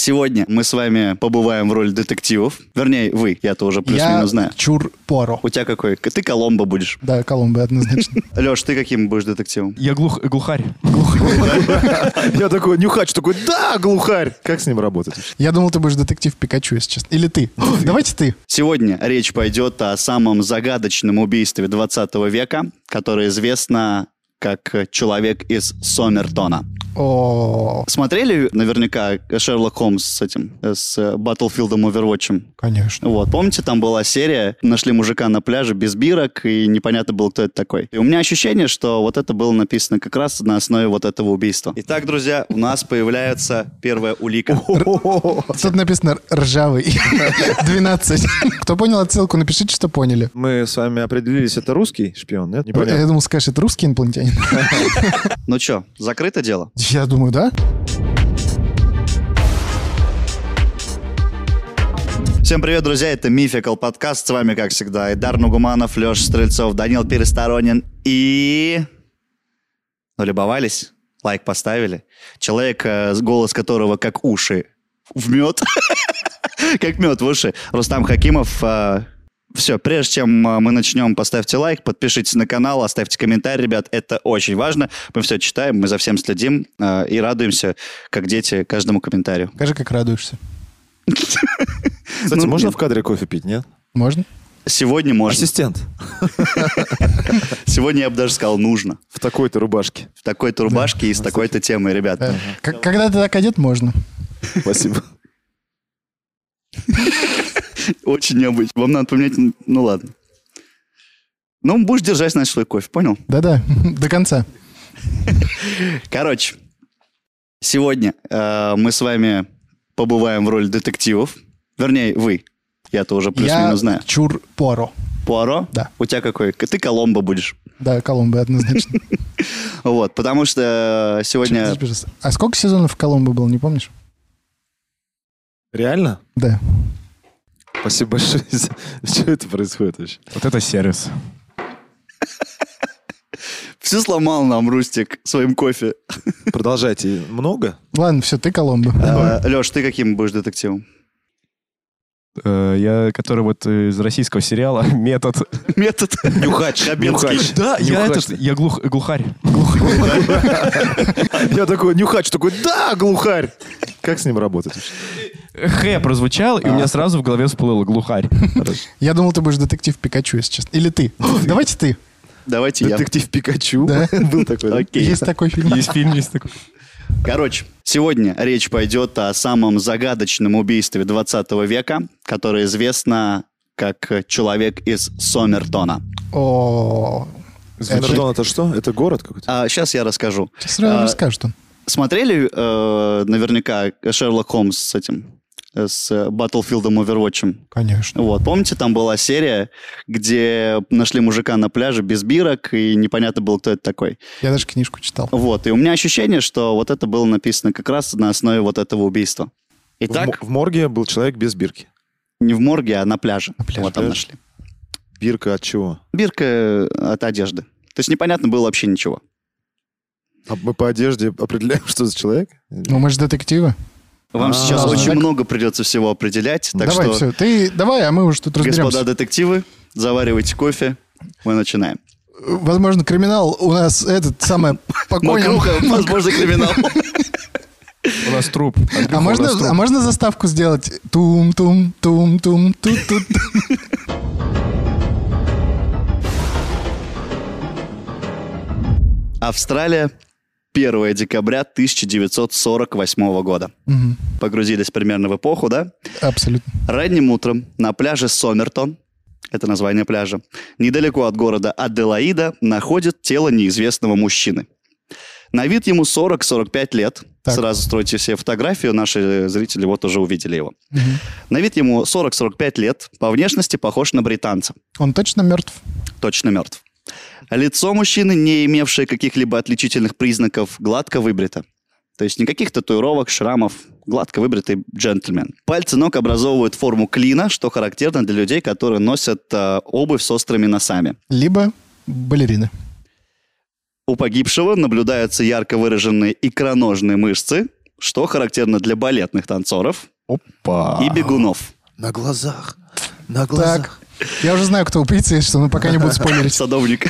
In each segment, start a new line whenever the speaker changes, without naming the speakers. Сегодня мы с вами побываем в роли детективов. Вернее, вы, я тоже
Я
плюс-минус знаю.
Чур Пуаро.
У тебя какой? Ты Коломбо будешь.
Да, Колумбы однозначно.
Леш, ты каким будешь детективом?
Я глух, глухарь.
Я такой нюхач, такой, да, глухарь. Как с ним работать?
Я думал, ты будешь детектив Пикачу, если честно. Или ты. Давайте ты.
Сегодня речь пойдет о самом загадочном убийстве 20 века, которое известно как э, человек из Сомертона.
О,
Смотрели наверняка Шерлок Холмс с этим, э, с э, Баттлфилдом Овервотчем?
конечно.
Вот, помните, там была серия, нашли мужика на пляже без бирок, и непонятно было, кто это такой. И у меня ощущение, что вот это было написано как раз на основе вот этого убийства. Итак, друзья, у нас появляется первая улика.
Тут написано «ржавый». 12. Кто понял отсылку, напишите, что поняли.
Мы с вами определились, это русский шпион, нет?
Я
Непонятно.
думал, скажешь, это русский инопланетянин.
Ну что, закрыто дело?
Я думаю, да?
Всем привет, друзья, это Мификал подкаст. С вами, как всегда, Айдар Нугуманов, Леша Стрельцов, Данил Пересторонин и... Ну, любовались? Лайк поставили? Человек, э, с- голос которого как уши в мед. Как мед в уши. Рустам Хакимов. Все, прежде чем э, мы начнем, поставьте лайк, подпишитесь на канал, оставьте комментарий, ребят. Это очень важно. Мы все читаем, мы за всем следим э, и радуемся, как дети, каждому комментарию.
Скажи, как радуешься.
Кстати,
Ну,
можно
нет.
в кадре кофе пить, нет?
Можно?
Сегодня можно.
Ассистент.
Сегодня я бы даже сказал нужно.
В такой-то рубашке.
В такой-то рубашке и с такой-то темой, ребят.
Да. Э, К- Когда ты так одет, можно.
Спасибо.
Очень необычно. Вам надо поменять... Ну ладно. Ну, будешь держать, значит, свой кофе, понял?
Да-да, до конца.
Короче, сегодня э, мы с вами побываем в роли детективов. Вернее, вы. Я-то уже
Я
плюс-минус знаю.
Чур Пуаро.
Пуаро?
Да.
У тебя какой? Ты Коломбо будешь.
Да, Колумбы однозначно.
Вот, потому что э, сегодня...
А сколько сезонов в Колумбы было, не помнишь?
Реально?
Да.
Спасибо большое. за- Что это происходит вообще?
Вот это сервис.
Все сломал нам Рустик своим кофе.
Продолжайте. Много?
Ладно, все, ты Коломбо.
Леш, Э, ты каким будешь детективом?
Э, Я, который вот из российского сериала «Метод».
Метод. Нюхач. Кабинский.
Да, я
Нюхач.
этот, я глух, глухарь.
Я такой нюхач, такой, да, глухарь. Как с ним работать? вообще?
Х прозвучал, и у меня сразу в голове всплыло «глухарь».
Я думал, ты будешь детектив Пикачу, если честно. Или ты. Давайте ты.
Давайте я.
Детектив Пикачу.
Да.
Был такой. да?
Окей.
Есть такой фильм.
Есть фильм, есть такой.
Короче, сегодня речь пойдет о самом загадочном убийстве 20 века, которое известно как э, человек из Сомертона.
О,
Эрдон это что? Это город какой-то?
А сейчас я расскажу.
сейчас сразу
А,
расскажет он.
Смотрели э, наверняка Шерлок Холмс с этим, э, с э, Баттлфилдом Овервотчем?
Конечно.
Вот, помните, там была серия, где нашли мужика на пляже без бирок, и непонятно было, кто это такой.
Я даже книжку читал.
Вот, и у меня ощущение, что вот это было написано как раз на основе вот этого убийства.
В
Итак,
мо- В морге был человек без бирки.
не в морге, а на пляже.
На пляже.
Вот там
Пляж.
нашли.
Бирка от чего?
Бирка э, от одежды. То есть непонятно было вообще ничего.
А мы по одежде определяем, что за человек?
Ну, мы же детективы.
Вам
А,
сейчас
ладно.
очень
Так.
много придется всего определять. Так
давай,
что,
все, ты давай, а мы уже тут
господа
разберемся.
детективы, заваривайте кофе. Мы начинаем.
Возможно, криминал у нас этот самое покойник.
Мокруха, возможно, криминал.
У нас труп. От греха
А
у
можно,
нас труп.
а можно заставку сделать? Тум-тум, тум-тум, тут-тут.
Австралия, 1 декабря 1948 года. Погрузились примерно в эпоху, да?
Абсолютно.
Ранним утром на пляже Сомертон, это название пляжа, недалеко от города Аделаида находят тело неизвестного мужчины. На вид ему 40-45 лет.
Так.
Сразу стройте себе фотографию, наши зрители вот уже увидели его. На вид ему 40-45 лет, по внешности похож на британца,
Он точно мертв?
точно мертв. Лицо мужчины, не имевшее каких-либо отличительных признаков, гладко выбрито. То есть никаких татуировок, шрамов, гладко выбритый джентльмен. Пальцы ног образовывают форму клина, что характерно для людей, которые носят э, обувь с острыми носами.
Либо балерина.
У погибшего наблюдаются ярко выраженные икроножные мышцы, что характерно для балетных танцоров
Опа.
и бегунов.
На глазах. На
Так, я уже знаю, кто убийца, если что, но пока не буду спойлерить.
Садовник.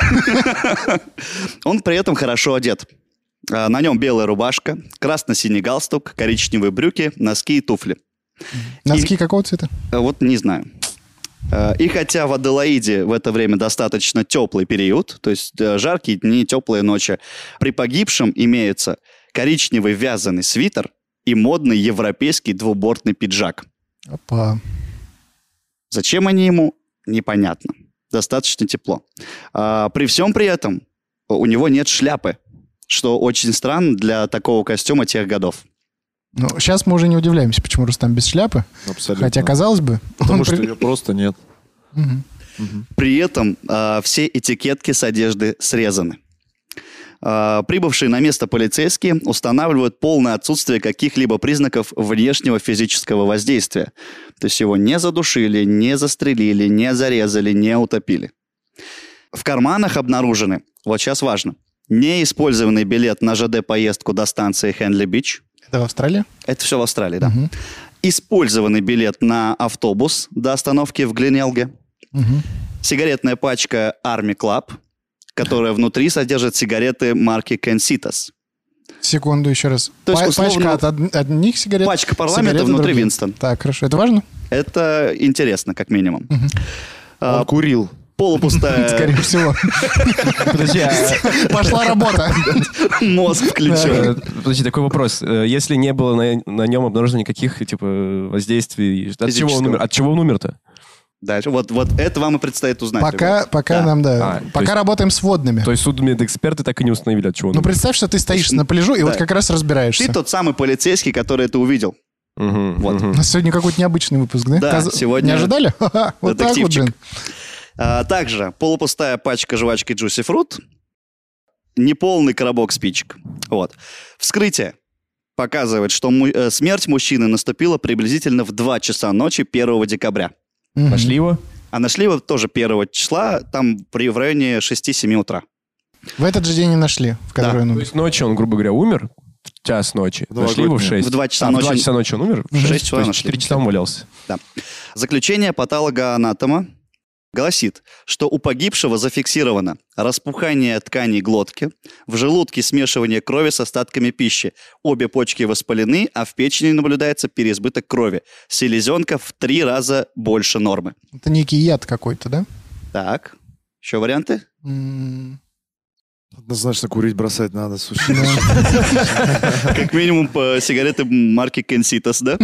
Он при этом хорошо одет. А, На нем белая рубашка, красно-синий галстук, коричневые брюки, носки и туфли.
Носки какого цвета?
Э, Вот не знаю. Э, И хотя в Аделаиде в это время достаточно теплый период, то есть э, жаркие дни, теплые ночи, при погибшем имеются коричневый вязаный свитер и модный европейский двубортный пиджак.
Опа.
Зачем они ему? Непонятно. Достаточно тепло. А, при всем при этом у него нет шляпы, что очень странно для такого костюма тех годов.
Ну, сейчас мы уже не удивляемся, почему Рустам без шляпы.
Ну, Абсолютно.
Хотя, казалось бы,
Потому
он
что
при-
ее просто нет.
Мгм.
При этом а, все этикетки с одежды срезаны. А, прибывшие на место полицейские устанавливают полное отсутствие каких-либо признаков внешнего физического воздействия. То есть его не задушили, не застрелили, не зарезали, не утопили. В карманах обнаружены, вот сейчас важно, неиспользованный билет на ЖД-поездку до станции Хенли-Бич.
Это в Австралии?
Это все в Австралии, да.
Мгм.
Использованный билет на автобус до остановки в Глинелге
Мгм.
сигаретная пачка Army Club, которая внутри содержит сигареты марки Кенситас.
Секунду еще раз.
То есть,
Па-
условно,
Пачка от од- одних сигарет?
пачка парламента
сигареты
внутри
других.
Винстон.
Так, хорошо. Это важно?
Это интересно, как минимум. А,
Он курил.
полупустая
Скорее всего.
Подожди, а,
Пошла работа.
мозг
э,
включен.
подожди, такой вопрос. Э, Если не было на, на нем обнаружено никаких типа воздействий, от чего
Физического.
он умер? От чего он умер-то?
Дальше. Вот, вот это вам и предстоит узнать.
Пока,
ребят.
пока
Да.
нам, да.
А, то
Пока
есть-
работаем с водными.
То есть судмедэксперты так и не установили, от чего он
Ну,
умер.
представь, что ты стоишь
Слушай,
на пляжу и
да.
вот как раз
Ты
разбираешься.
тот самый полицейский, который это увидел.
Мгм,
Вот.
мгм.
У нас сегодня какой-то необычный выпуск, да?
Да, сегодня
Не ожидали? Ха-ха, Вот так вот,
детективчик.
блин.
А, также полупустая пачка жвачки Juicy Fruit, неполный коробок спичек. Вот. Вскрытие показывает, что му- э, смерть мужчины наступила приблизительно в 2 часа ночи 1 декабря.
Мгм.
Нашли его?
А нашли его тоже 1 числа, там при, в районе 6-7 утра.
В этот же день и нашли, в
Да.
который он
То
умер.
есть ночью он, грубо говоря, умер. В час ночи.
В
Нашли его в
новогоднюю.
6.
В два часа
а, В
ночи.
2 часа ночи он умер?
В шесть часа
часа
нашли.
4 часа он валялся.
Заключение патологоанатома гласит, что у погибшего зафиксировано распухание тканей глотки, в желудке смешивание крови с остатками пищи, обе почки воспалены, а в печени наблюдается переизбыток крови. Селезенка в три раза больше нормы.
Это некий яд какой-то, да?
Так, еще варианты?
М,
Однозначно курить бросать надо, слушай.
Как минимум по сигареты марки Кенситас, да?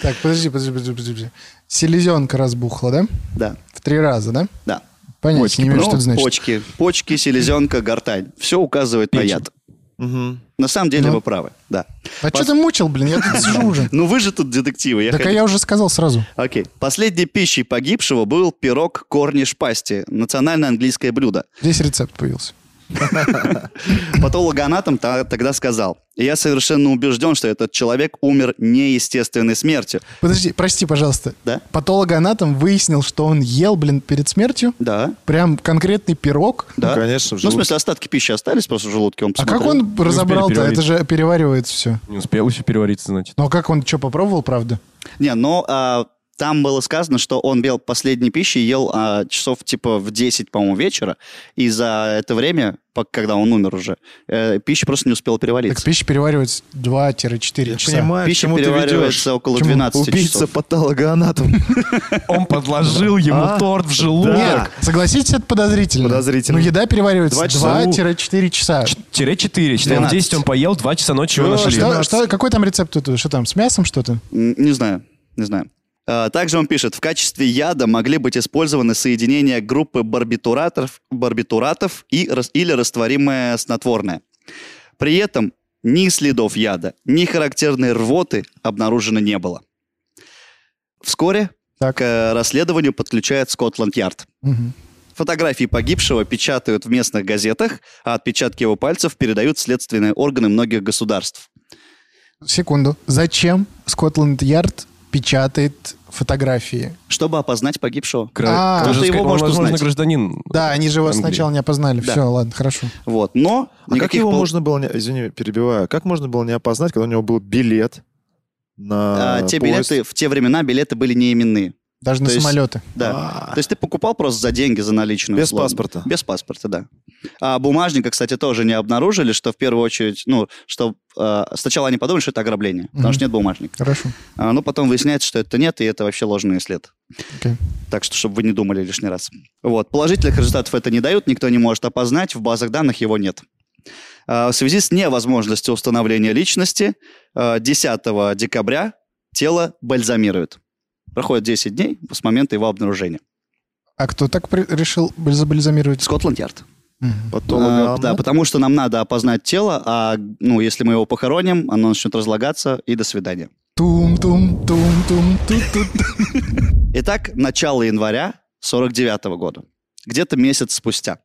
Так, подожди, подожди, подожди, подожди, подожди. Селезенка разбухла, да?
Да,
В три раза, да?
да.
Понятия не имею,
Ну,
что это значит.
Почки, почки, селезенка, гортань. Все указывает на
Печень.
яд.
Мгм.
На самом деле
Ну.
вы правы, да.
А что ты мучил, блин? Я тут сижу уже.
Ну вы же тут детективы. Я
Так а
хотел-
я уже сказал сразу.
Окей. Последней пищей погибшего был пирог корни шпасти, национальное английское блюдо.
Здесь рецепт появился.
Патологоанатом та- тогда сказал, я совершенно убежден, что этот человек умер неестественной смертью.
Подожди, прости, пожалуйста.
Да?
Патологоанатом выяснил, что он ел, блин, перед смертью
Да,
прям конкретный пирог.
да.
конечно, в
Ну, в
желудке.
смысле, остатки пищи остались просто в желудке. Он
А
посмотрел.
как он разобрал-то?
переварить.
Это же переваривается все.
Не успел еще перевариться, значит.
Ну а как он что, попробовал, правда?
Не, но а, там было сказано, что он ел последней пищей, ел а, часов типа в 10, по-моему, вечера. И за это время, пок- когда он умер уже, э, пища просто не успела
Так
перевариться.
пища переваривается 2-4
Я
часа.
понимаю, к
пища
чему ты ведешь.
переваривается около
Почему?
12
Убийца
часов.
патологоанатом.
Он подложил ему
А?
торт в
Нет,
желудок.
согласитесь, это подозрительно.
Подозрительно.
Но еда переваривается
Два часа.
2-4 часа.
Тире 4, считаем,
12.
10 он поел, 2 часа ночи его
Ну,
нашли.
Что, что- какой там рецепт? у этого? Что там, с мясом что-то?
М, Не знаю, не знаю. А, Также он пишет, в качестве яда могли быть использованы соединения группы барбитуратов, барбитуратов и, рас- или растворимое снотворное. При этом ни следов яда, ни характерной рвоты обнаружено не было. Вскоре
Так.
к э, расследованию подключает Скотланд-Ярд.
Мгм.
Фотографии погибшего печатают в местных газетах, а отпечатки его пальцев передают в следственные органы многих государств.
Секунду. Зачем Скотланд-Ярд печатает фотографии.
Чтобы опознать погибшего.
А.
Кто-то
Гражданское-
его
он,
может
возможно,
узнать.
гражданин.
Да, они же его
Англии.
сначала не опознали.
Э, Да.
Все, ладно, хорошо.
Вот, но...
А как
никаких
его
пол-
можно было, не... извини, перебиваю, как можно было не опознать, когда у него был билет на
А, те
поезд?
билеты, в те времена билеты были не именные.
Даже
То
на
есть-
самолеты.
Да. То есть ты покупал просто за деньги, за наличную.
А. Без
условно.
паспорта.
Без паспорта, да. А бумажника, кстати, тоже не обнаружили, что в первую очередь, ну, что э, сначала они подумали, что это ограбление, потому
Мгм.
что нет бумажника.
Хорошо.
А, но потом выясняется, что это нет, и это вообще ложный след.
Окей.
Так что, чтобы вы не думали лишний раз. Вот. Положительных результатов это не дают, никто не может опознать, в базах данных его нет. А, В связи с невозможностью установления личности э, 10 декабря тело бальзамируют. Проходит 10 дней с момента его обнаружения.
А кто так при- решил баль- забальзамировать?
Скотланд-Ярд.
Мгм.
Потом «Ну,
А,
она-
да, потому что нам надо опознать тело, а ну, если мы его похороним, оно начнет разлагаться, и до свидания.
Тум-тум-тум-тум-тут-тут.
Итак, начало января 49 года. Где-то месяц спустя.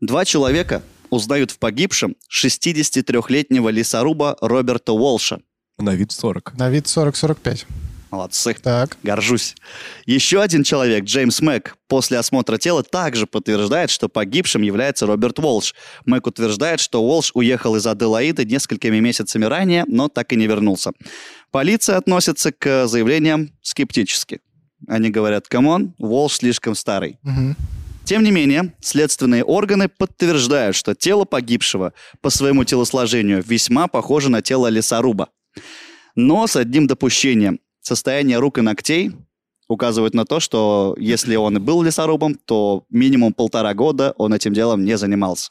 Два человека узнают в погибшем 63-летнего лесоруба Роберта Уолша.
На вид 40.
На вид 40-45.
Молодцы.
Так.
Горжусь. Еще один человек, Джеймс Мэг, после осмотра тела также подтверждает, что погибшим является Роберт Уолш. Мэг утверждает, что Уолш уехал из Аделаиды несколькими месяцами ранее, но так и не вернулся. Полиция относится к заявлениям скептически. Они говорят, камон, Уолш слишком старый.
Мгм. А,
Тем не менее, следственные органы подтверждают, что тело погибшего по своему телосложению весьма похоже на тело лесоруба. Но с одним допущением. Состояние рук и ногтей указывает на то, что если он и был лесорубом, то минимум полтора года он этим делом не занимался.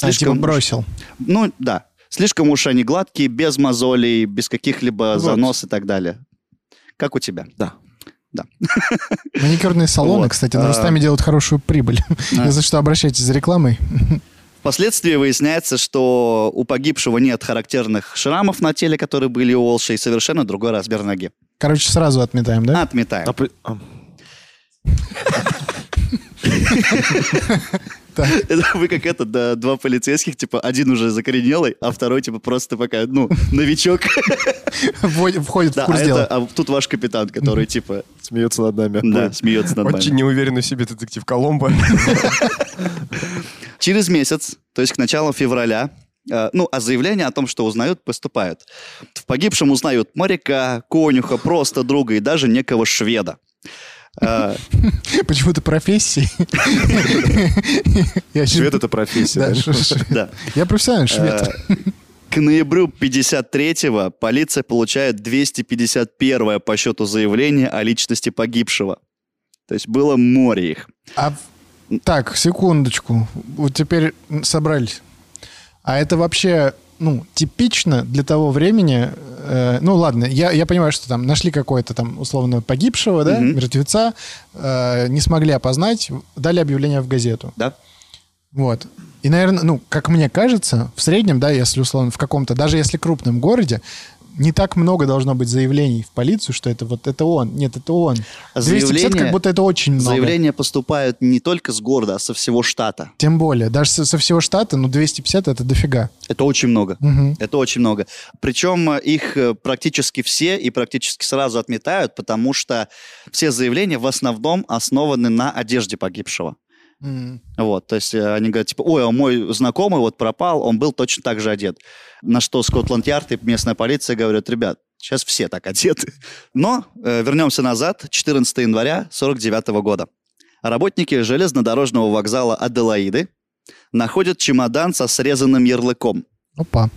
А, типа
уж-
бросил.
Ну, да. Слишком уж они гладкие, без мозолей, без каких-либо
Вот.
занос и так далее. Как у тебя? Да.
Маникюрные салоны,
Вот.
кстати, на
А.
Рустаме делают хорошую прибыль.
Да.
Если что, обращайтесь за рекламой.
Впоследствии выясняется, что у погибшего нет характерных шрамов на теле, которые были у Олши, и совершенно другой размер ноги.
Короче, сразу отметаем, да?
Отметаем.
А при- а,
Это Вы как это, да, два полицейских, типа, один уже закоренелый, а второй, типа, просто пока, ну, новичок.
Вводит- Входит в
Да, а,
курс
это-
дела.
а тут ваш капитан, который, типа,
Смеется над нами.
да, смеется над
Очень
нами.
неуверенный в себе детектив Коломбо.
Через месяц, то есть к началу февраля, э, ну, а заявления о том, что узнают, поступают. В погибшем узнают моряка, конюха, просто друга и даже некого шведа. Э,
Почему-то профессии. Я
Швед
щас-
это профессия.
Да,
да?
ш- ш-
Да.
Я профессиональный швед.
Э, К ноябрю 53-го полиция получает 251 по счету заявление о личности погибшего. То есть было море их.
А в- так, секундочку. Вот теперь м, собрались. А это вообще, ну, типично для того времени. э, ну, ладно, я, я понимаю, что там нашли какое-то там условно погибшего, да,
Мгм.
мертвеца, э, не смогли опознать, дали объявление в газету.
Да?
Вот. И, наверное, ну, как мне кажется, в среднем, да, если условно в каком-то, даже если крупном городе, не так много должно быть заявлений в полицию, что это вот это он, нет, это он. 250
Заявление-
как будто это очень много.
Заявления поступают не только с города, а со всего штата.
Тем более, даже со, со всего штата, ну, 250 это дофига.
Это очень много.
Мгм.
Это очень много. Причем э, их э, практически все и практически сразу отметают, потому что все заявления в основном основаны на одежде погибшего.
М.
Вот, то есть э, они говорят, типа, ой, а мой знакомый вот пропал, он был точно так же одет. На что Скотланд-Ярд и местная полиция говорят, ребят, сейчас все так одеты. Но э, вернемся назад, 14 января 49 года. Работники железнодорожного вокзала Аделаиды находят чемодан со срезанным ярлыком,
Опа.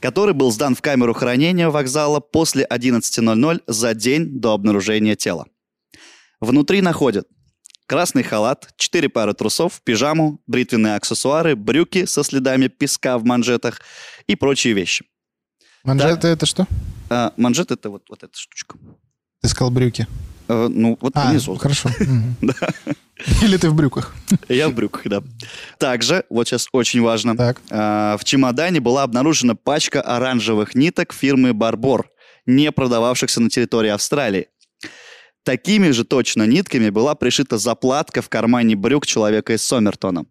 который был сдан в камеру хранения вокзала после 11.00 за день до обнаружения тела. Внутри находят красный халат, 4 пары трусов, пижаму, бритвенные аксессуары, брюки со следами песка в манжетах и прочие вещи.
Манжеты это что?
А, манжет — это вот, вот эта штучка.
Ты сказал брюки.
Э, ну, вот
А,
внизу.
хорошо. Мгм. Или ты в брюках.
Я в брюках, да. Также, вот сейчас очень важно,
Так.
а, в чемодане была обнаружена пачка оранжевых ниток фирмы «Барбор», не продававшихся на территории Австралии. Такими же точно нитками была пришита заплатка в кармане брюк человека из Сомертона.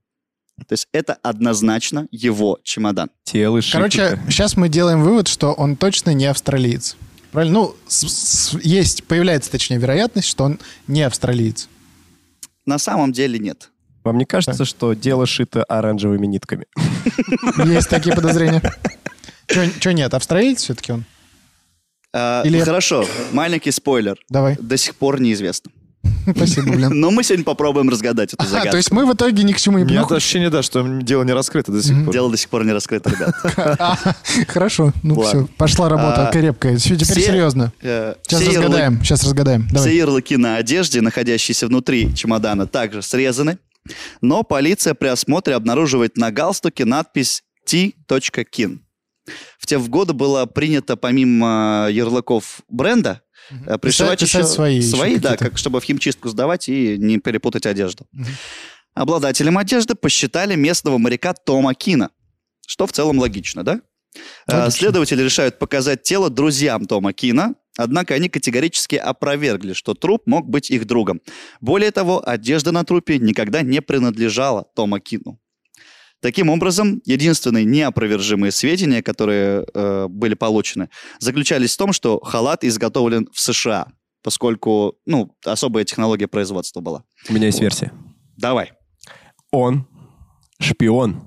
То есть это однозначно его чемодан.
Телыши.
Короче, сейчас мы делаем вывод, что он точно не австралиец. Правильно? Ну, с- с- есть, появляется, точнее, вероятность, что он не австралиец.
На самом деле нет.
Вам не кажется, что дело шито оранжевыми нитками?
Есть такие подозрения. Че нет, австралиец все-таки он?
А,
Или-
Хорошо, маленький спойлер.
Давай.
До сих пор неизвестно.
Спасибо, блин.
Но мы сегодня попробуем разгадать эту
А,
загадку.
то есть мы в итоге ни к чему не
У меня
придем.
ощущение, да, что дело не раскрыто до сих пор.
Дело до сих пор не раскрыто, ребят.
Хорошо, ну
Ладно.
все, пошла работа
А,
крепкая. Все, теперь
все-
серьезно.
Э,
Сейчас
все ярлы-
разгадаем, сейчас разгадаем.
Все
Давай.
ярлыки на одежде, находящиеся внутри чемодана, также срезаны. Но полиция при осмотре обнаруживает на галстуке надпись T.kin. В те в годы было принято помимо э, ярлыков бренда э, пришивать еще
писать свои еще
да,
какие-то.
как, чтобы в химчистку сдавать и не перепутать одежду. Обладателем одежды посчитали местного моряка Тома Кина, что в целом логично, да? Э,
Логично.
Следователи решают показать тело друзьям Тома Кина, однако они категорически опровергли, что труп мог быть их другом. Более того, одежда на трупе никогда не принадлежала Тома Кину. Таким образом, единственные неопровержимые сведения, которые э, были получены, заключались в том, что халат изготовлен в США, поскольку, ну, особая технология производства была.
У меня есть версия.
Давай.
Он шпион.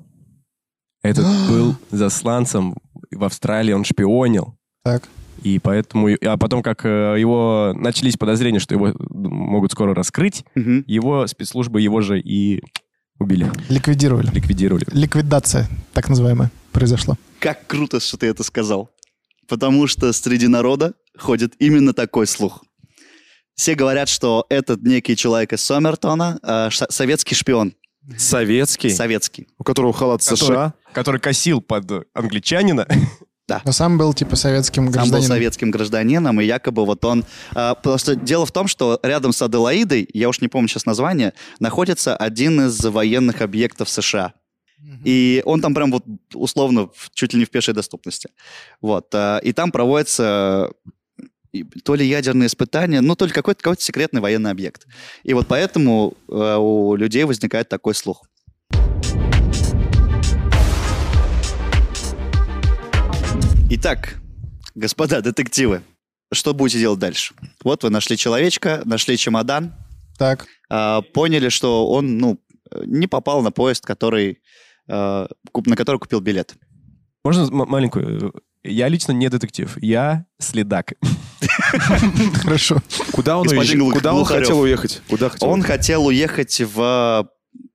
Этот был засланцем в Австралии, он шпионил.
Так.
И поэтому... А потом, как э, его... Начались подозрения, что его могут скоро раскрыть,
Мгм.
его спецслужбы его же и убили,
Ликвидировали.
ликвидировали.
Ликвидация, так называемая, произошла.
Как круто, что ты это сказал. Потому что среди народа ходит именно такой слух. Все говорят, что этот некий человек из Сомертона э, ша- советский шпион.
Советский,
Советский.
у которого халат
Который-
США.
Который косил под э, англичанина.
Но сам был типа советским
Сам был
гражданином.
советским гражданином, и якобы вот он... э, просто дело в том, что рядом с Аделаидой, я уж не помню сейчас название, находится один из военных объектов США. И он там прям вот условно в- чуть ли не в пешей доступности. Вот. а, И там проводятся и то ли ядерные испытания, ну, то ли какой-то какой секретный военный объект. И вот поэтому э, у людей возникает такой слух. Итак, господа детективы, что будете делать дальше? Вот вы нашли человечка, нашли чемодан,
Так.
а, поняли, что он, ну, э, не попал на поезд, который, э, куп- на который купил билет.
Можно м- маленькую? э, Я лично не детектив. Я следак.
Хорошо.
Куда он,
Господин
уезжал?
Глух-
Куда он
Глухарев.
хотел уехать? Куда хотел?
Он хотел уехать в,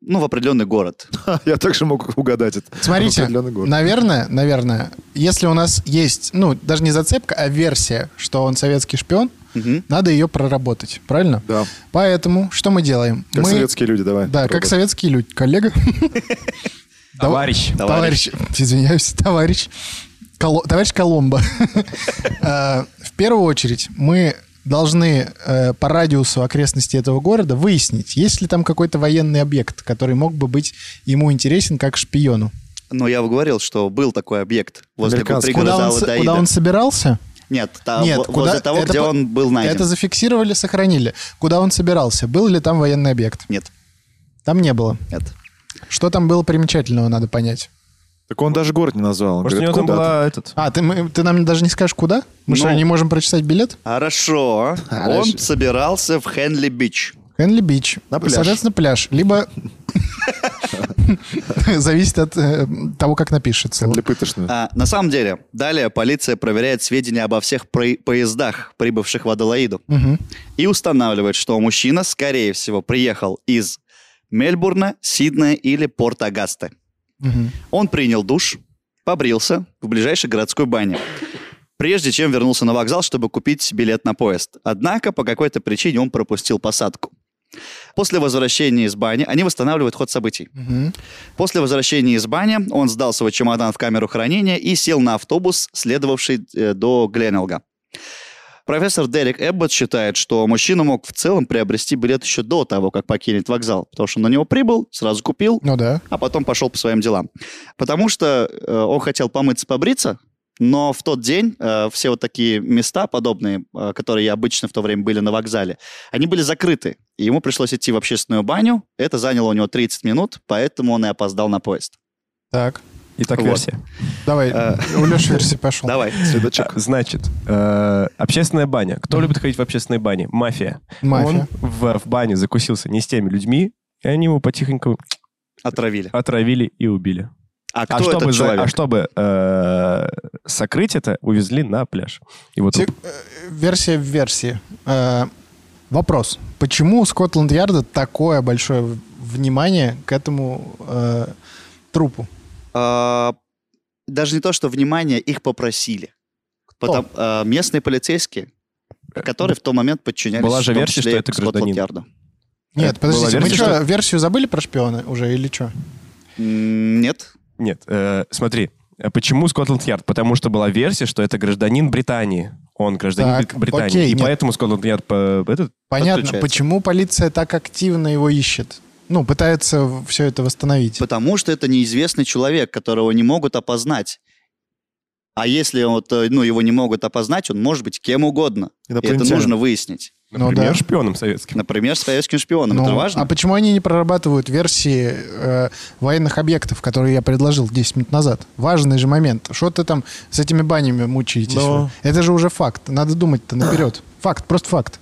ну, в определенный город.
Я также мог угадать это.
Смотрите,
Определенный город.
наверное, наверное, если у нас есть, ну, даже не зацепка, а версия, что он советский шпион,
Мгм.
надо ее проработать, правильно?
Да.
Поэтому что мы делаем?
Как
мы...
советские люди, давай.
Да, как
пробуй.
советские люди. Коллега,
Товарищ.
товарищ, извиняюсь, товарищ, Коло- товарищ Коломбо. Э, В первую очередь мы должны э, по радиусу окрестности этого города выяснить, есть ли там какой-то военный объект, который мог бы быть ему интересен как шпиону.
Но я говорил, что был такой объект возле
Американский.
пригорода
Куда он, с-
Алладаида.
куда он собирался?
Нет, та-
Нет,
А, во-
куда-
возле того,
это
где
по-
он был найден.
Это зафиксировали, сохранили. Куда он собирался? Был ли там военный объект?
Нет,
Там не было.
нет.
Что там было примечательного, надо понять.
Так он даже город не назвал. Он
Может, у
говорит,
него
«Куда
там
ты?»
была этот...
А, ты, мы- ты нам даже не скажешь, куда? Мы что,
Ну.
не можем прочитать билет?
Хорошо. Он
Хорошо.
собирался в Хенли-Бич.
Хенли Бич.
На пляж.
Соответственно, пляж. Либо... Зависит от э, того, как напишется.
Для пытошного.
А, на самом деле, далее полиция проверяет сведения обо всех про- поездах, прибывших в Аделаиду, и устанавливает, что мужчина, скорее всего, приехал из Мельбурна, Сиднея или Порт-Агасты.
Мгм.
Он принял душ, побрился в ближайшей городской бане, прежде чем вернулся на вокзал, чтобы купить билет на поезд. Однако по какой-то причине он пропустил посадку. После возвращения из бани они восстанавливают ход событий.
Мгм.
После возвращения из бани он сдал свой чемодан в камеру хранения и сел на автобус, следовавший э, до Гленелга. Профессор Дерек Эббот считает, что мужчина мог в целом приобрести билет еще до того, как покинет вокзал, потому что он на него прибыл, сразу купил,
Ну да.
а потом пошел по своим делам. Потому что э, он хотел помыться, побриться, но в тот день э, все вот такие места подобные, э, которые обычно в то время были на вокзале, они были закрыты. И ему пришлось идти в общественную баню. Это заняло у него 30 минут, поэтому он и опоздал на поезд.
Так.
Итак,
Вот.
версия.
Давай, у Леши версии пошел.
А. Давай.
Следочек.
А, Значит, э, общественная баня. Кто любит ходить в общественные бани? Мафия.
Мафия.
Он в, в бане закусился не с теми людьми, и они его потихоньку
Отравили.
отравили и убили.
А
а
кто
чтобы,
этот
за-
человек?
а чтобы э, сокрыть это, увезли на пляж. И вот
Те- э, Версия в версии. Э, Вопрос. Почему у Скотланд-Ярда такое большое в- внимание к этому э, трупу?
А, Даже не то, что внимание, их попросили. Потом, а, Местные полицейские, которые в тот момент подчинялись
Э, Была же
в том
версия,
числе
что это
и Скотланд-Ярду.
Нет,
Это была
подождите, мы
версия,
что,
что-
версию забыли про шпиона уже или что?
М, Нет.
Нет, э, смотри, э, почему Скотланд-Ярд? Потому что была версия, что это гражданин Британии. Он гражданин
Так,
Бри- Британии.
окей,
и
нет.
поэтому Скотланд-Ярд по- этот,
Понятно,
Подключается.
почему полиция так активно его ищет. Ну, пытается все это восстановить.
Потому что это неизвестный человек, которого не могут опознать. А если вот, э, ну, его не могут опознать, он может быть кем угодно. И это
Инопланетянин.
нужно выяснить.
Ну, да.
например, шпионом советским.
Например, с советским шпионом.
Ну,
это важно?
А почему они не прорабатывают версии э, военных объектов, которые я предложил 10 минут назад? Важный же момент. Что ты там с этими банями мучаетесь?
Но-
вы? Это же уже факт. Надо думать-то наперед. Факт, просто факт.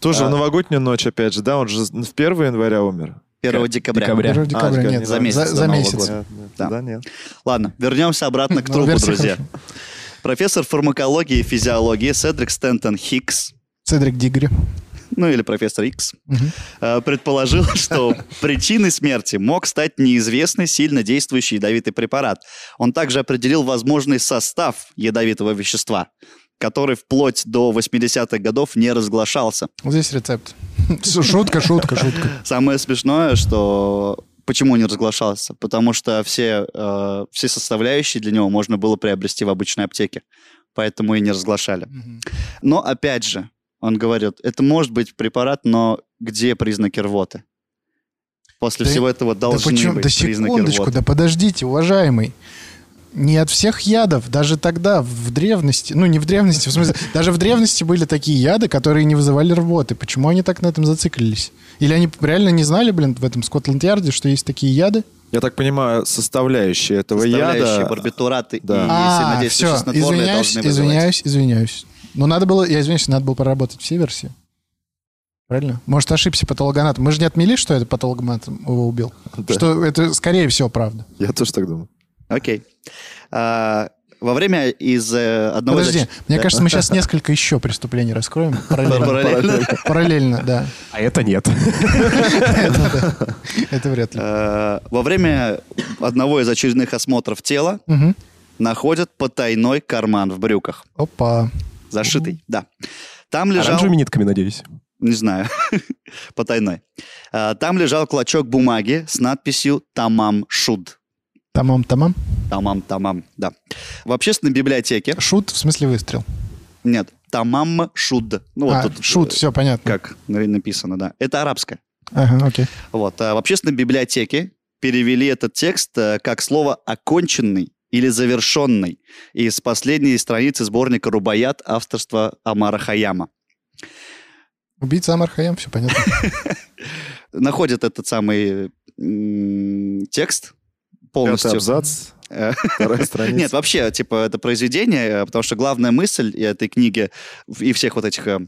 Тоже
А.
в новогоднюю ночь, опять же, да? Он же в 1 января умер.
1 декабря.
декабря.
Первого декабря
а,
нет.
за месяц до
за
Нового
месяц.
года. Да.
Да, да, нет.
Ладно, вернемся обратно к
Ну,
трупу,
версия
друзья.
хорошая.
Профессор фармакологии и физиологии Седрик Стентон Хикс,
Цедрик Дигри.
ну или профессор Икс, э, предположил, что причиной смерти мог стать неизвестный сильно действующий ядовитый препарат. Он также определил возможный состав ядовитого вещества, который вплоть до 80-х годов не разглашался.
Вот здесь рецепт. Шутка, шутка, шутка.
Самое смешное, что почему не разглашался? Потому что все, э, все составляющие для него можно было приобрести в обычной аптеке, поэтому и не разглашали.
Мгм.
Но опять же, он говорит, это может быть препарат, но где признаки рвоты? После
Да-
всего этого
Да
должны
почему?
быть
Да
признаки
секундочку,
рвоты.
да подождите, уважаемый. Не от всех ядов, даже тогда, в древности, ну не в древности, в смысле, даже в древности были такие яды, которые не вызывали рвоты. Почему они так на этом зациклились? Или они реально не знали, блин, в этом Скотланд-Ярде, что есть такие яды?
Я так понимаю, составляющие этого
Составляющие
яда...
барбитураты
Да.
и
а,
сильнодействующие
все,
снотворные
извиняюсь,
должны вызывать.
извиняюсь, извиняюсь. Но надо было, я извиняюсь, надо было проработать все версии. Правильно? Может, ошибся патологонат. Мы же не отмели, что это патологонат его убил.
Да.
Что это, скорее всего, правда.
Я тоже так думаю.
Окей. А, во время из э, одного... из
Подожди,
оч-
мне
Да.
кажется, мы сейчас несколько еще преступлений раскроем. Параллельно,
Параллельно.
Параллельно, да.
А это нет.
Это да. Это вряд ли.
Э, Во время одного из очередных осмотров тела
Мгм.
находят потайной карман в брюках.
Опа.
Зашитый, да. Там лежал...
Оранжевыми нитками, надеюсь.
Не знаю. Потайной. Э, Там лежал клочок бумаги с надписью «Тамам Шуд».
Тамам, тамам.
Тамам, тамам, да. В общественной библиотеке...
Шут, в смысле выстрел.
Нет, «Тамам Шуд». Ну, вот
А,
тут, э,
шут, все понятно.
Как на- написано, да. Это арабское.
Ага, окей.
Вот. а в общественной библиотеке перевели этот текст э, как слово «оконченный» или «завершенный» из последней страницы сборника «Рубаят» авторства Амара Хаяма.
Убийца Амар Хаям, все понятно.
Находят этот самый м, текст
Пятый
полностью.
абзац,
Э,
вторая страница.
Нет, вообще, типа, это произведение, э, потому что главная мысль этой книги и всех вот этих э,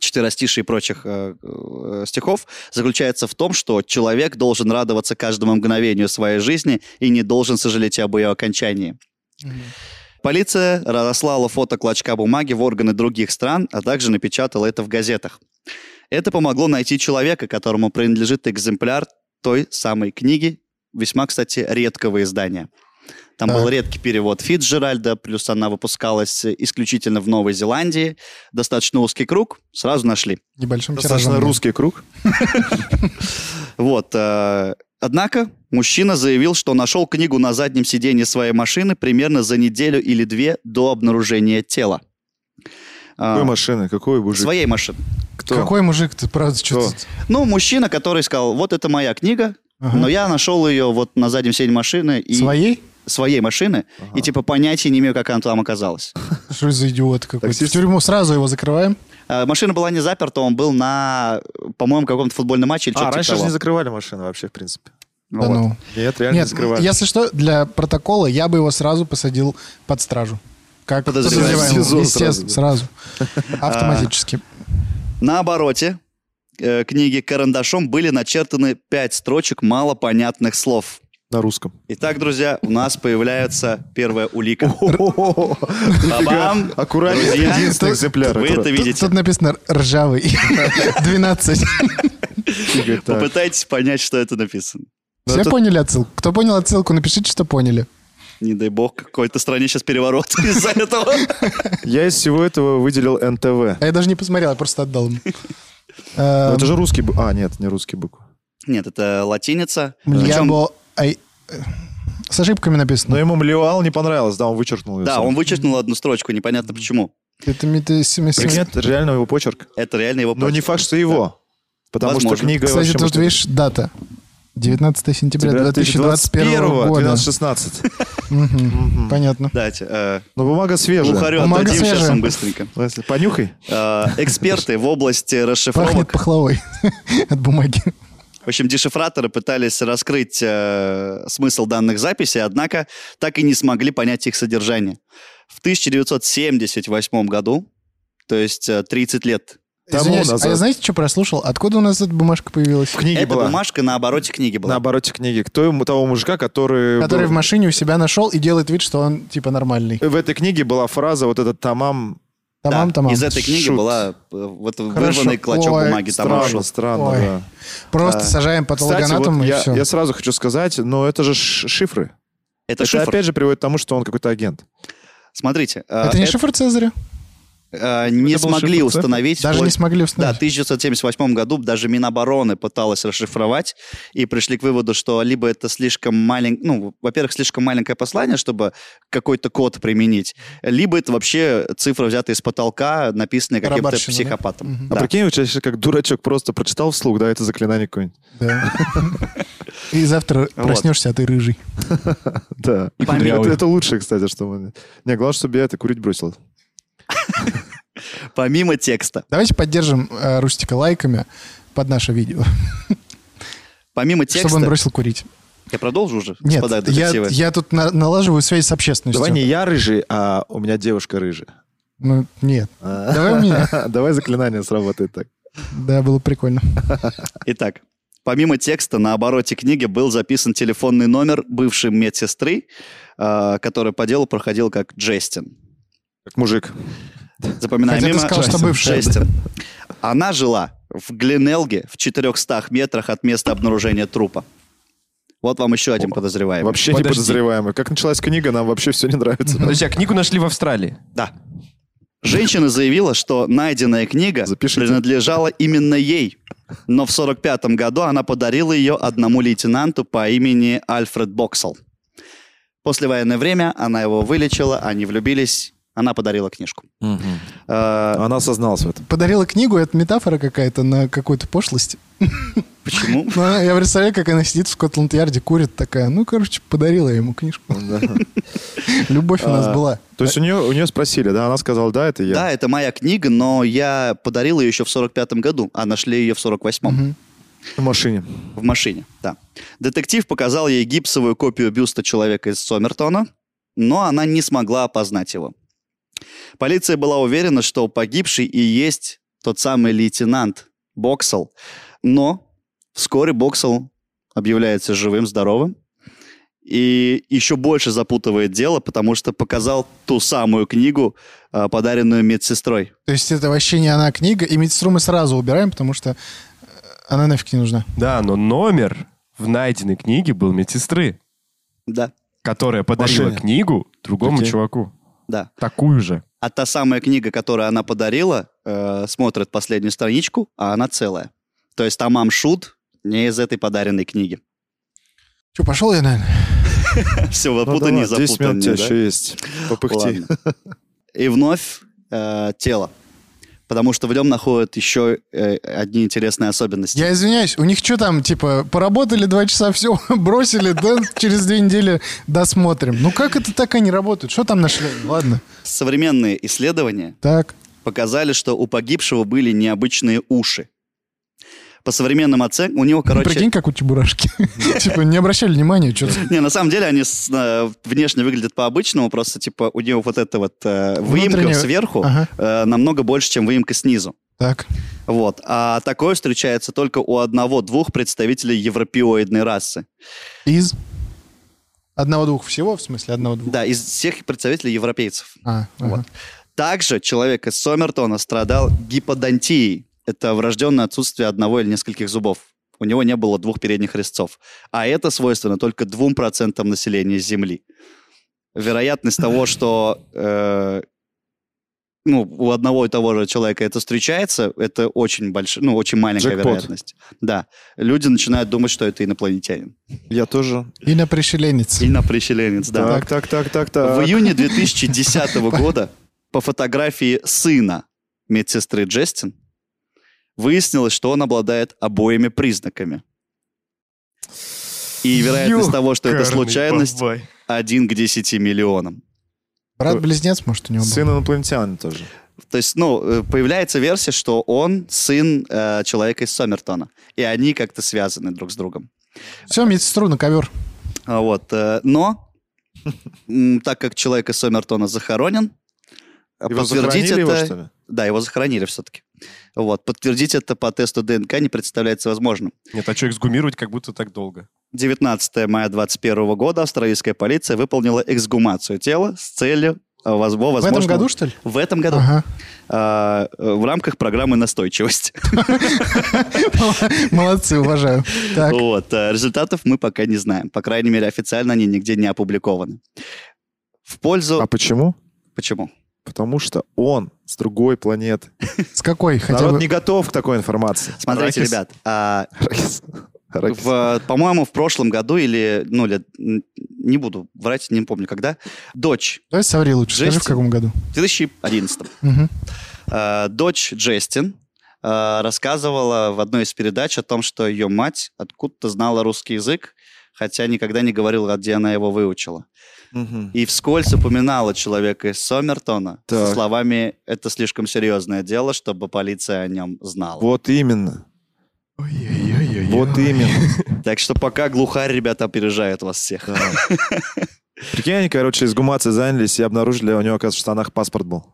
четверостишей и прочих э, э, стихов заключается в том, что человек должен радоваться каждому мгновению своей жизни и не должен сожалеть об ее окончании. Полиция разослала фото клочка бумаги в органы других стран, а также напечатала это в газетах. Это помогло найти человека, которому принадлежит экземпляр той самой книги, весьма, кстати, редкого издания. Там был
Так.
редкий перевод Фитджеральда, плюс она выпускалась исключительно в Новой Зеландии. Достаточно узкий круг, сразу нашли.
Небольшим
Достаточно
тиражом.
русский круг.
Вот. э, Однако мужчина заявил, что нашел книгу на заднем сиденье своей машины примерно за неделю или две до обнаружения тела. А,
Какой машины? Какой мужик?
своей машины.
Кто?
Какой мужик ты, правда,
Кто?
что
Ну, мужчина, который сказал, вот это моя книга, но я нашел ее вот на заднем сиденье машины и
Своей?
своей машины, и типа понятия не имею, как она там оказалась.
Что за идиот какой-то? В
Таксист?
тюрьму сразу его закрываем.
А, Машина была не заперта, он был на, по-моему, каком-то футбольном матче или
А,
что-то типа
раньше же
того.
не закрывали машины вообще, в принципе. Ну
да
вот.
ну.
Нет, реально
Нет,
скрывают.
если что, для протокола я бы его сразу посадил под стражу. Как
Подозреваемого.
подозреваемого.
В СИЗО
Естественно, сразу.
А,
Автоматически.
На обороте э, книги карандашом были начертаны пять строчек малопонятных слов.
На русском.
Итак, друзья, у нас появляется первая улика. Бабам!
Аккуратнее, Ну, это
Друзья,
единственный экземпляр.
Вы это
аккуратно.
Тут,
видите.
тут написано «ржавый 12».
Игорь, так.
Попытайтесь понять, что это написано.
Ну,
Все
это-
поняли отсылку? Кто понял отсылку, напишите, что поняли.
Не дай бог, какой-то стране сейчас переворот из-за этого.
Я из всего этого выделил НТВ.
А я даже не посмотрел, я просто отдал им.
Но
Эм,
Ну, это же русский... бу- А, нет, не русский букв.
Нет, это латиница.
я
Причем,
был- ай, э, С ошибками
Но
написано.
ему Млюал не понравилось, да, он вычеркнул ее.
Да, он вычеркнул одну строчку, непонятно почему.
Это метасимисим.
Нет, реально его почерк.
Это реально его...
Но не
почерк.
факт, что его. Потому что
Возможно.
книга...
Кстати,
вообще
тут
может-
видишь дата. 19 сентября 2021
2021
года.
12-16.
Мгм, Понятно.
Да, те- э,
Но бумага свежая.
Глухарю
Бумага
отдадим сейчас
свежая.
он быстренько.
Если- Понюхай.
Э, Эксперты в области
Пахнет
расшифровок
пахлавой от бумаги.
В общем, дешифраторы пытались раскрыть э, смысл данных записей, однако так и не смогли понять их содержание. В 1978 году, то есть э, 30 лет,
Тому
Извиняюсь, а
назад.
я знаете, что прослушал? Откуда у нас эта бумажка появилась?
В книге
эта
была.
бумажка на обороте книги была.
На обороте книги. Кто ему того мужика, который...
Который
был-
в машине у себя нашел и делает вид, что он типа нормальный.
В этой книге была фраза вот этот тамам...
Да,
Тамам, тамам.
Из этой книги
Шут.
была э, вот
Хорошо.
вырванный клочок
Ой,
бумаги. там
Странно,
шел.
странно,
Ой.
да.
Просто
А,
сажаем
Кстати,
патологоанатом
вот
и
я,
все.
я сразу хочу сказать, но это же ш- шифры.
Это,
Это,
шифр.
опять же приводит к тому, что он какой-то агент.
Смотрите, э,
Это не
э,
шифр Цезаря?
э, не
Это был
смогли
шифр, да?
установить.
Даже не
вплоть-
смогли
Да, в
установить.
1978 году даже Минобороны пыталась расшифровать и пришли к выводу, что либо это слишком маленькое, ну, во-первых, слишком маленькое послание, чтобы какой-то код применить, либо это вообще цифра, взятая из потолка, написанная каким-то
Барабарщина, да?
психопатом.
А
Да.
прикинь, вот сейчас как дурачок просто прочитал вслух, да, это заклинание какое-нибудь.
Да. И завтра проснешься, а ты рыжий.
Да.
И
Это,
кудрявый.
это лучшее, кстати, что... мы- Не, главное, чтобы я это курить бросил.
Помимо текста.
Давайте поддержим э, Рустика лайками под наше видео,
Помимо текста...
чтобы он бросил курить.
Я продолжу уже,
Нет,
господа
я,
детективы?
я тут на- налаживаю связь с общественностью.
я рыжий, а у меня девушка рыжая.
Ну, нет. Давай у меня.
А. Давай заклинание сработает так.
Да, было прикольно.
Итак, помимо текста, на обороте книги был записан телефонный номер бывшей медсестры, э, которая по делу проходила как Джестин.
Как мужик.
Запоминаем.
Хотя ты сказал, что бывшая.
Она жила в Гленелге в 400 метрах от места обнаружения трупа. Вот вам еще один подозреваемый.
Вообще не
Подожди.
подозреваемый. Как началась книга, нам вообще все не
Ну,
нравится.
Подожди, а книгу нашли в Австралии.
Да. Женщина заявила, что найденная книга
Запишите.
принадлежала именно ей. Но в 1945 году она подарила ее одному лейтенанту по имени Альфред Боксел. Послевоенное время она его вылечила, они влюбились, она подарила книжку. Э,
А Она осозналась в этом.
Подарила книгу, это метафора какая-то на какую-то пошлость.
Почему?
Ну, она- я представляю, как она сидит в Скотланд-Ярде, курит такая. Ну, короче, подарила я ему книжку.
Ну
Любовь у
А,
нас была.
То есть у нее, у нее спросили, да, она сказала, да, это я.
Да, это моя книга, но я подарил ее еще в 45-м году, а нашли ее в 48-м
В машине.
в машине. Да. Детектив показал ей гипсовую копию бюста человека из Сомертона, но она не смогла опознать его. Полиция была уверена, что погибший и есть тот самый лейтенант Боксел, но вскоре Боксел объявляется живым, здоровым, и еще больше запутывает дело, потому что показал ту самую книгу, э, подаренную медсестрой.
То есть это вообще не она книга, и медсестру мы сразу убираем, потому что э, она нафиг не нужна.
Да, но номер в найденной книге был медсестры,
Да,
которая подарила
Машине.
книгу другому
Прикинь.
чуваку.
да.
Такую же.
А та самая книга, которую она подарила, э, смотрит последнюю страничку, а она целая. То есть Тамам Шут не из этой подаренной книги.
Че, пошел я, наверное?
Все,
Ну,
запутаннее,
давай, 10 минут у тебя
запутаннее. да?
еще есть. Попыхти.
Ладно. И вновь э, тело. Потому что в нем находят еще э, одни интересные особенности.
Я извиняюсь, у них что там, типа, поработали два часа, все, бросили, да, через две недели досмотрим. Ну как это так они работают? Что там нашли? Ладно.
Современные исследования
Так.
показали, что у погибшего были необычные уши. по современным оценкам, у него, короче...
Прикинь, как у Чебурашки. Типа, не обращали внимания, что-то.
Не, на самом деле они с- э, внешне выглядят по-обычному, просто типа у него вот эта вот э, выемка
Внутренняя-
сверху
Ага.
э, намного больше, чем выемка снизу.
Так.
Вот. А такое встречается только у одного-двух представителей европеоидной расы.
Из одного-двух всего, в смысле одного-двух.
Да, из всех представителей европейцев.
А, ага.
Вот. Также человек из Сомертона страдал гиподонтией. Это врожденное отсутствие одного или нескольких зубов. У него не было двух передних резцов. А это свойственно только 2% населения Земли. Вероятность того, что э, ну, у одного и того же человека это встречается, это очень большая, ну, очень маленькая
Джекпот.
вероятность. Да. Люди начинают думать, что это инопланетянин.
Я тоже.
И на пришеленец.
Иноприщеленец, да.
Так, так, так, так, так.
В июне 2010 года по фотографии сына медсестры Джестин выяснилось, что он обладает обоими признаками. И вероятность того, что это случайность, один к 10 миллионам.
Брат-близнец, может, у него был.
Сын инопланетянина тоже.
То есть, ну, э, появляется версия, что он сын э, человека из Сомертона. И они как-то связаны друг с другом.
Все, медсестру на ковер.
А Вот. э, Но, м, так как человек из Сомертона захоронен, э,
Его
подтвердить
захоронили его,
это-
что ли?
Да, его захоронили все-таки. Вот. Подтвердить это по тесту ДНК не представляется возможным.
Нет, а что эксгумировать как будто так долго?
19 мая 2021 года австралийская полиция выполнила эксгумацию тела с целью э, воз- во-
В этом
возможного-
году, что ли?
В этом году.
Ага.
А, э, в рамках программы «Настойчивость».
Молодцы, уважаю. Так.
Вот. э, Результатов мы пока не знаем. По крайней мере, официально они нигде не опубликованы. В пользу...
А почему?
Почему?
Потому что он с другой планеты.
С какой? Хотя
Народ
бы
не готов к такой информации.
Смотрите,
Арахис.
ребят, а,
Арахис. Арахис.
В, э, по-моему, в прошлом году или, ну, лет, н- не буду врать, не помню, когда, дочь,
Давай соври лучше, скажи, в
Жесть.
каком году.
в 2011
Мгм.
э, дочь Джестин э, рассказывала в одной из передач о том, что ее мать откуда-то знала русский язык, хотя никогда не говорила, где она его выучила.
Мгм.
И вскользь упоминала человека из Сомертона со
Так.
словами «это слишком серьезное дело, чтобы полиция о нем знала».
Вот именно. Вот именно.
Так что пока глухарь, ребята, опережает вас всех.
Да. Прикинь, они, короче, изгумацией занялись и обнаружили, у него, оказывается, в штанах паспорт был.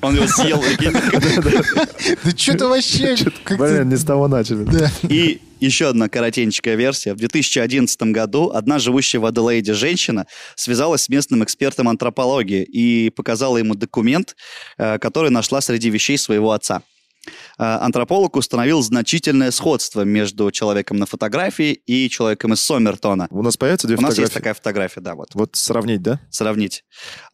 Он его съел, прикинь.
Да что ты вообще? как ты-
Блин, не с того начали.
Да.
И еще одна коротенькая версия. В 2011 году одна живущая в Аделаиде женщина связалась с местным экспертом антропологии и показала ему документ, э, который нашла среди вещей своего отца. Э, Антрополог установил значительное сходство между человеком на фотографии и человеком из Сомертона.
У нас появятся две
У нас есть
фотографии?
такая фотография, да, вот,
Вот сравнить, да?
сравнить.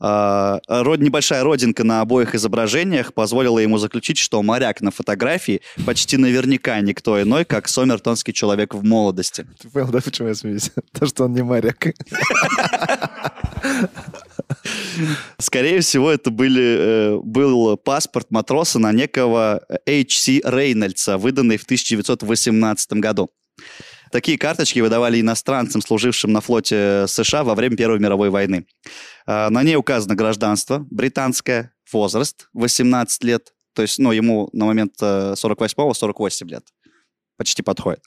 Э, род- Небольшая родинка на обоих изображениях позволила ему заключить, что моряк на фотографии почти наверняка никто иной, как сомертонский человек в молодости.
Ты понял, да, почему я смеюсь? То, что он не моряк.
Скорее всего, это были, э, был паспорт матроса на некого H.C. Рейнольдса, выданный в 1918 году. Такие карточки выдавали иностранцам, служившим на флоте э, США во время Первой мировой войны. Э, На ней указано гражданство, британское, возраст 18 лет, то есть ну, ему на момент э, 48-го 48 лет. Почти подходит.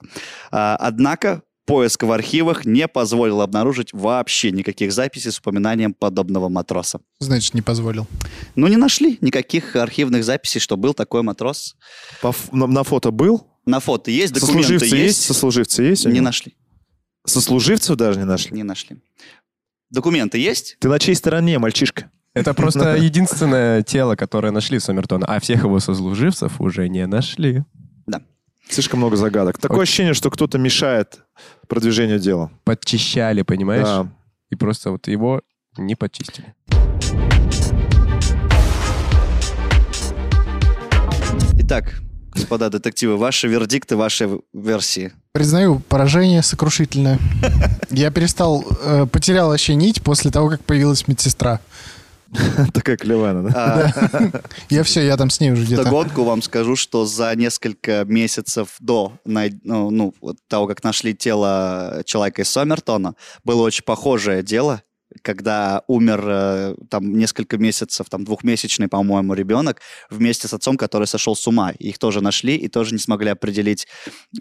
А, Однако поиск в архивах не позволил обнаружить вообще никаких записей с упоминанием подобного матроса.
Значит, не позволил.
Ну, не нашли никаких архивных записей, что был такой матрос.
По ф- На на фото был?
На фото есть, документы
Сослуживцы есть?
есть.
Сослуживцы есть? у
Не
него?
нашли,
Сослуживцев даже не нашли?
не нашли. Документы есть?
Ты на чьей стороне, мальчишка?
Это просто единственное тело, которое нашли Сомертона, а всех его сослуживцев уже не нашли.
Слишком много загадок. Такое
Окей.
ощущение, что кто-то мешает продвижению дела.
Подчищали, понимаешь?
Да.
И просто вот его не почистили.
Итак, господа детективы, ваши вердикты, ваши версии.
Признаю, поражение сокрушительное. Я перестал, э, потерял вообще нить после того, как появилась медсестра.
Такая клевая она, да?
А,
Я все, я там с ней уже
В
где-то.
догонку вам скажу, что за несколько месяцев до най- ну, ну, вот того, как нашли тело человека из Сомертона, было очень похожее дело. когда умер э, там несколько месяцев, там двухмесячный, по-моему, ребенок вместе с отцом, который сошел с ума. Их тоже нашли и тоже не смогли определить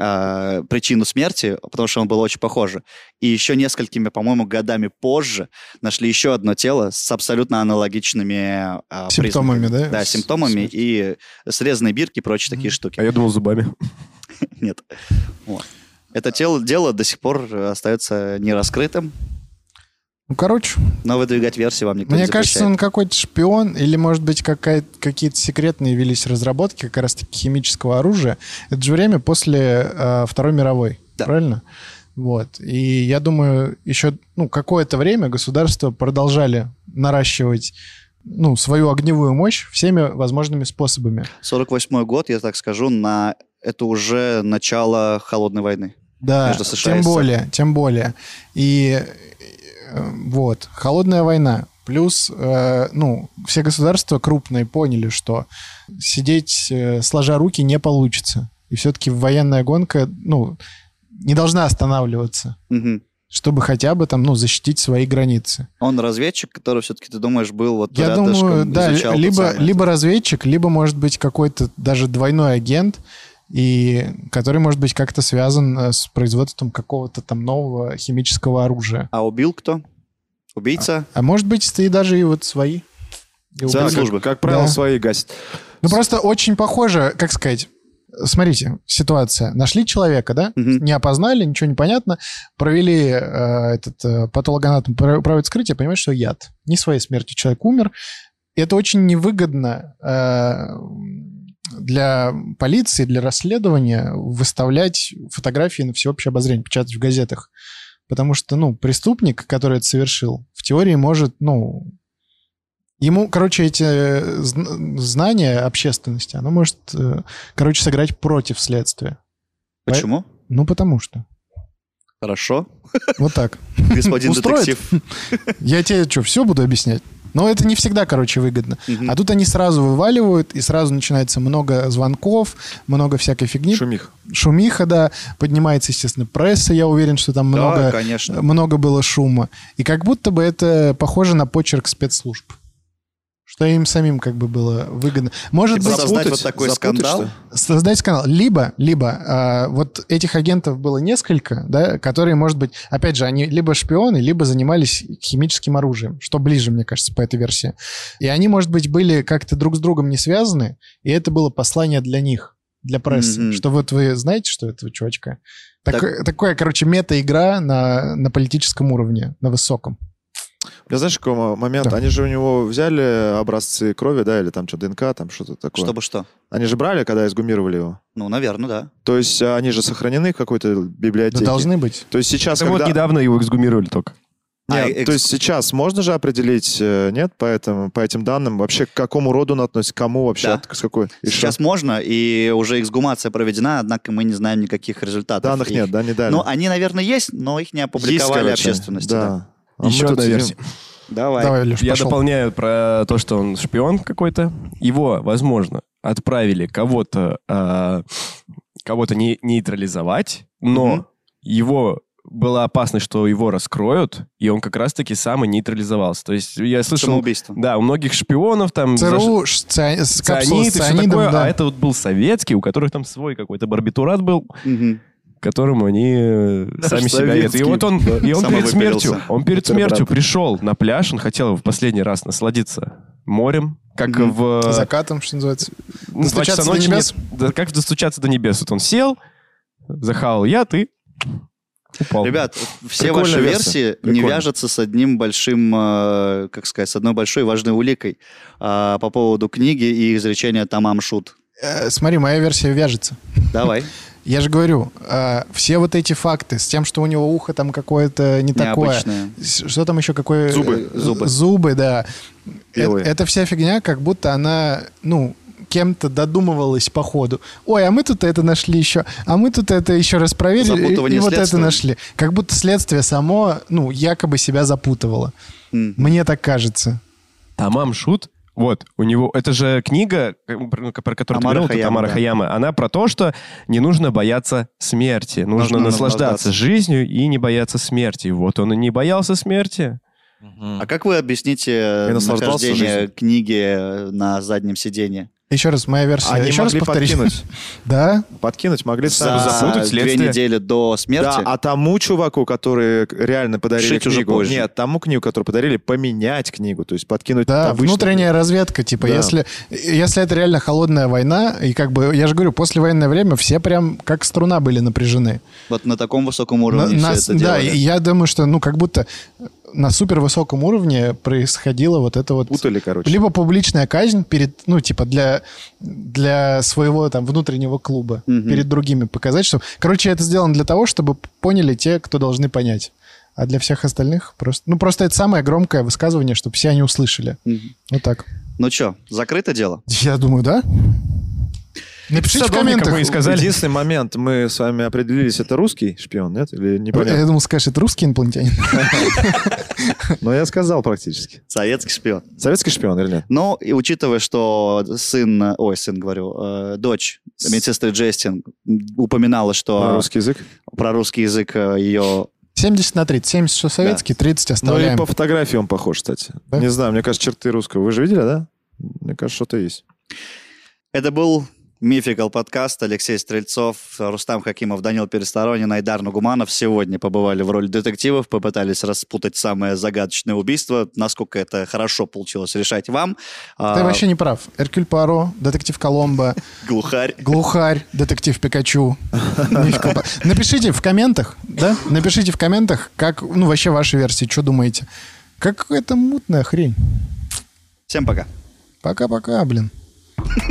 э, причину смерти, потому что он был очень похож. И еще несколькими, по-моему, годами позже нашли еще одно тело с абсолютно аналогичными э,
Симптомами,
признаками.
да?
Да, симптомами
Смерть.
и срезанные бирки и прочие такие
А
штуки.
я думал зубами.
Нет. Вот. Это тело, дело до сих пор э, остается нераскрытым,
Ну, короче,
но выдвигать версии вам никто не
Мне
запрещает.
кажется, он какой-то шпион, или, может быть, какая- какие-то секретные велись разработки как раз-таки химического оружия. Это же время после э, Второй мировой,
Да.
правильно? Вот. И я думаю, еще ну, какое-то время государства продолжали наращивать ну, свою огневую мощь всеми возможными способами.
48 год, я так скажу, на это уже начало холодной войны.
Да,
между США и
тем
СССР.
более, тем более. И э, вот, холодная война. Плюс, э, ну, все государства крупные поняли, что сидеть э, сложа руки не получится. И все-таки военная гонка, ну, не должна останавливаться,
Мгм.
чтобы хотя бы там, ну, защитить свои границы.
Он разведчик, который все-таки, ты думаешь, был вот
Я
рядышком,
думаю, да,
изучал тот
либо,
самый.
либо разведчик, либо, может быть, какой-то даже двойной агент, и который, может быть, как-то связан э, с производством какого-то там нового химического оружия.
А убил кто? Убийца?
А может быть, ты даже и вот свои. И
Да,
Как-
убили.
службы.
Как правило,
Да.
свои гасят.
Ну, просто очень похоже, как сказать... Смотрите, ситуация. Нашли человека, да?
Мгм.
Не опознали, ничего не понятно. Провели э, этот э, патологоанатом, про- проводит вскрытие, понимаешь, что яд. Не своей смертью человек умер. И это очень невыгодно э, для полиции, для расследования выставлять фотографии на всеобщее обозрение, печатать в газетах. Потому что, ну, преступник, который это совершил, в теории может, ну, ему, короче, эти э, зн- знания общественности, оно может, э, короче, сыграть против следствия.
Почему?
Ну, потому что.
Хорошо.
Вот так.
Господин
Устроит?
детектив.
Я тебе что, все буду объяснять? Но это не всегда, короче, выгодно.
Мгм.
А тут они сразу вываливают, и сразу начинается много звонков, много всякой фигни.
Шумих.
Шумиха, да. Поднимается, естественно, пресса. Я уверен, что там
Да,
много,
конечно.
много было шума. И как будто бы это похоже на почерк спецслужб. Что им самим как бы было выгодно. Может
Типа
быть,
создать
запутать-
вот такой
запутать,
скандал.
что ли?
создать канал. Либо, либо а, вот этих агентов было несколько, да, которые, может быть, опять же, они либо шпионы, либо занимались химическим оружием, что ближе, мне кажется, по этой версии. И они, может быть, были как-то друг с другом не связаны, и это было послание для них, для прессы,
Мгм.
что вот вы знаете, что этого чувачка?
Так-
Такое- Такое, короче, мета-игра на, на политическом уровне, на высоком.
Я знаешь, какой мо- момент?
Да.
Они же у него взяли образцы крови, да, или там что, ДНК, там что-то такое.
Чтобы что?
Они же брали, когда изгумировали его.
Ну, наверное, да.
То есть э, они же сохранены в какой-то
Да
библиотеке.
должны быть.
То есть сейчас,
Это вот
когда...
недавно его эксгумировали только.
А,
Нет,
экс-
то есть сейчас можно же определить, э, нет, по, этому, по этим данным, вообще к какому роду он относится, к кому вообще,
Да.
от- с какой? и
Сейчас
что?
можно, и уже эксгумация проведена, однако мы не знаем никаких результатов.
данных
Их-
нет, да, не дали.
Ну, они, наверное, есть, но их не опубликовали
Есть, короче,
общественности. да.
Да. А мы
Еще
тут
одна
сидим.
версия.
Давай.
Давай, Леш,
Я
пошел.
дополняю про то, что он шпион какой-то. Его, возможно, отправили кого-то э, кого-то не, нейтрализовать, но
Мгм.
его была опасность, что его раскроют, и он как раз-таки сам и нейтрализовался. То есть я слышал,
Самоубийство.
да, у многих шпионов там заж-
ЦРУ, ш- циан- с капсулой
цианид и
с
всё
цианидом,
такое,
да.
а это вот был советский, у которых там свой какой-то барбитурат был,
Мгм.
которому они э, сами себя... едят. И
советский.
вот он, и он
Сам
перед
выпилился.
смертью, он перед
Бутерброд.
смертью пришел на пляж, он хотел в последний раз насладиться морем, как
Мгм.
в... э,
Закатом, что называется.
ну, в два часа
достучаться до
ночи
небес?
нет. Да, как достучаться до небес? Вот он сел, захавал я, ты упал.
Ребят, все
Прикольная
ваши
версия.
версии не
Прикольно.
вяжутся с одним большим, э, как сказать, с одной большой важной уликой а, по поводу книги и изречения Тамам Шут.
Э, Смотри, моя версия вяжется.
Давай.
Я же говорю, э, все вот эти факты с тем, что у него ухо там какое-то не такое.
Необычное.
с- Что там еще какое?
Зубы,
э,
зубы.
Зубы, да. Э,
Белые.
Это, вся фигня, как будто она, ну, кем-то додумывалась по ходу. Ой, а мы тут это нашли еще, а мы тут это еще раз проверили, и- и,
Запутывание
вот это
следствия.
нашли. Как будто следствие само, ну, якобы себя запутывало.
М.
Мне так кажется.
Тамам Шут, вот, у него, это же книга, э, про про которую ты
Амара
говорил,
Хаяма,
Тамара
да.
Хаяма, она про то, что не нужно бояться смерти,
Нужно
нужно наслаждаться
наслаждаться.
жизнью и не бояться смерти. Вот он и не боялся смерти.
А как вы объясните
И наслаждался
нахождение
жизнью.
книги на заднем сиденье?
Еще раз, моя
А
версия.
Они
Еще а раз
А могли
повторить.
подкинуть.
Да,
Подкинуть могли сами
За
запутать.
запутать
две
следствие.
недели до
Да,
смерти?
а тому чуваку, который к- реально подарили
Шить уже
книгу,
позже.
нет, тому книгу, которую подарили, поменять книгу, то есть подкинуть
да,
обычную
внутренняя разведка, типа,
Да.
если, если это реально холодная война, и как бы, я же говорю, послевоенное время все прям как струна были напряжены.
Вот на таком высоком
На-
уровне
нас-
все это
да,
делали.
и я думаю, что, ну, как будто на супервысоком уровне происходило вот это вот...
книгу. путали, короче.
Либо публичная казнь перед, ну, типа, для, для своего там внутреннего клуба,
Мгм.
перед другими показать, что... Короче, это сделано для того, чтобы поняли те, кто должны понять. А для всех остальных просто... Ну, просто это самое громкое высказывание, чтобы все они услышали.
Мгм.
Вот так.
Ну что, закрыто дело?
Я думаю, да? Напишите в
Садовника
комментах.
мы и сказали.
Единственный момент, мы с вами определились, это русский шпион, нет? Или
Я
непонятно?
думал, скажешь, это русский инопланетянин.
Э,
Но я сказал практически.
Советский шпион.
Советский шпион или нет?
Ну, и учитывая, что сын, э, ой, сын, говорю, э, дочь медсестры Джестин упоминала, что
А,
Про русский язык? Ну
про русский язык э, ее...
70 на 30. 70 что советский, 30
Ну и
оставляем.
по фотографии он похож, кстати.
Да?
Не знаю, мне кажется, черты русского. Вы же видели, да? Мне кажется, что-то есть.
Это был Мификал подкаст. Алексей Стрельцов, Рустам Хакимов, Данил Пересторонин, Айдар Нагуманов сегодня побывали в роли детективов, попытались распутать самое загадочное убийство. Насколько это хорошо получилось решать вам. А,
Ты вообще не прав. Эркюль Паро, детектив Коломбо,
Глухарь.
глухарь, детектив Пикачу. Мишка Ба- Напишите в комментах, да? Напишите в комментах, как, ну, вообще ваши версии, что думаете. Как это мутная хрень.
Всем пока.
Пока-пока, блин.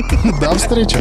До встречи.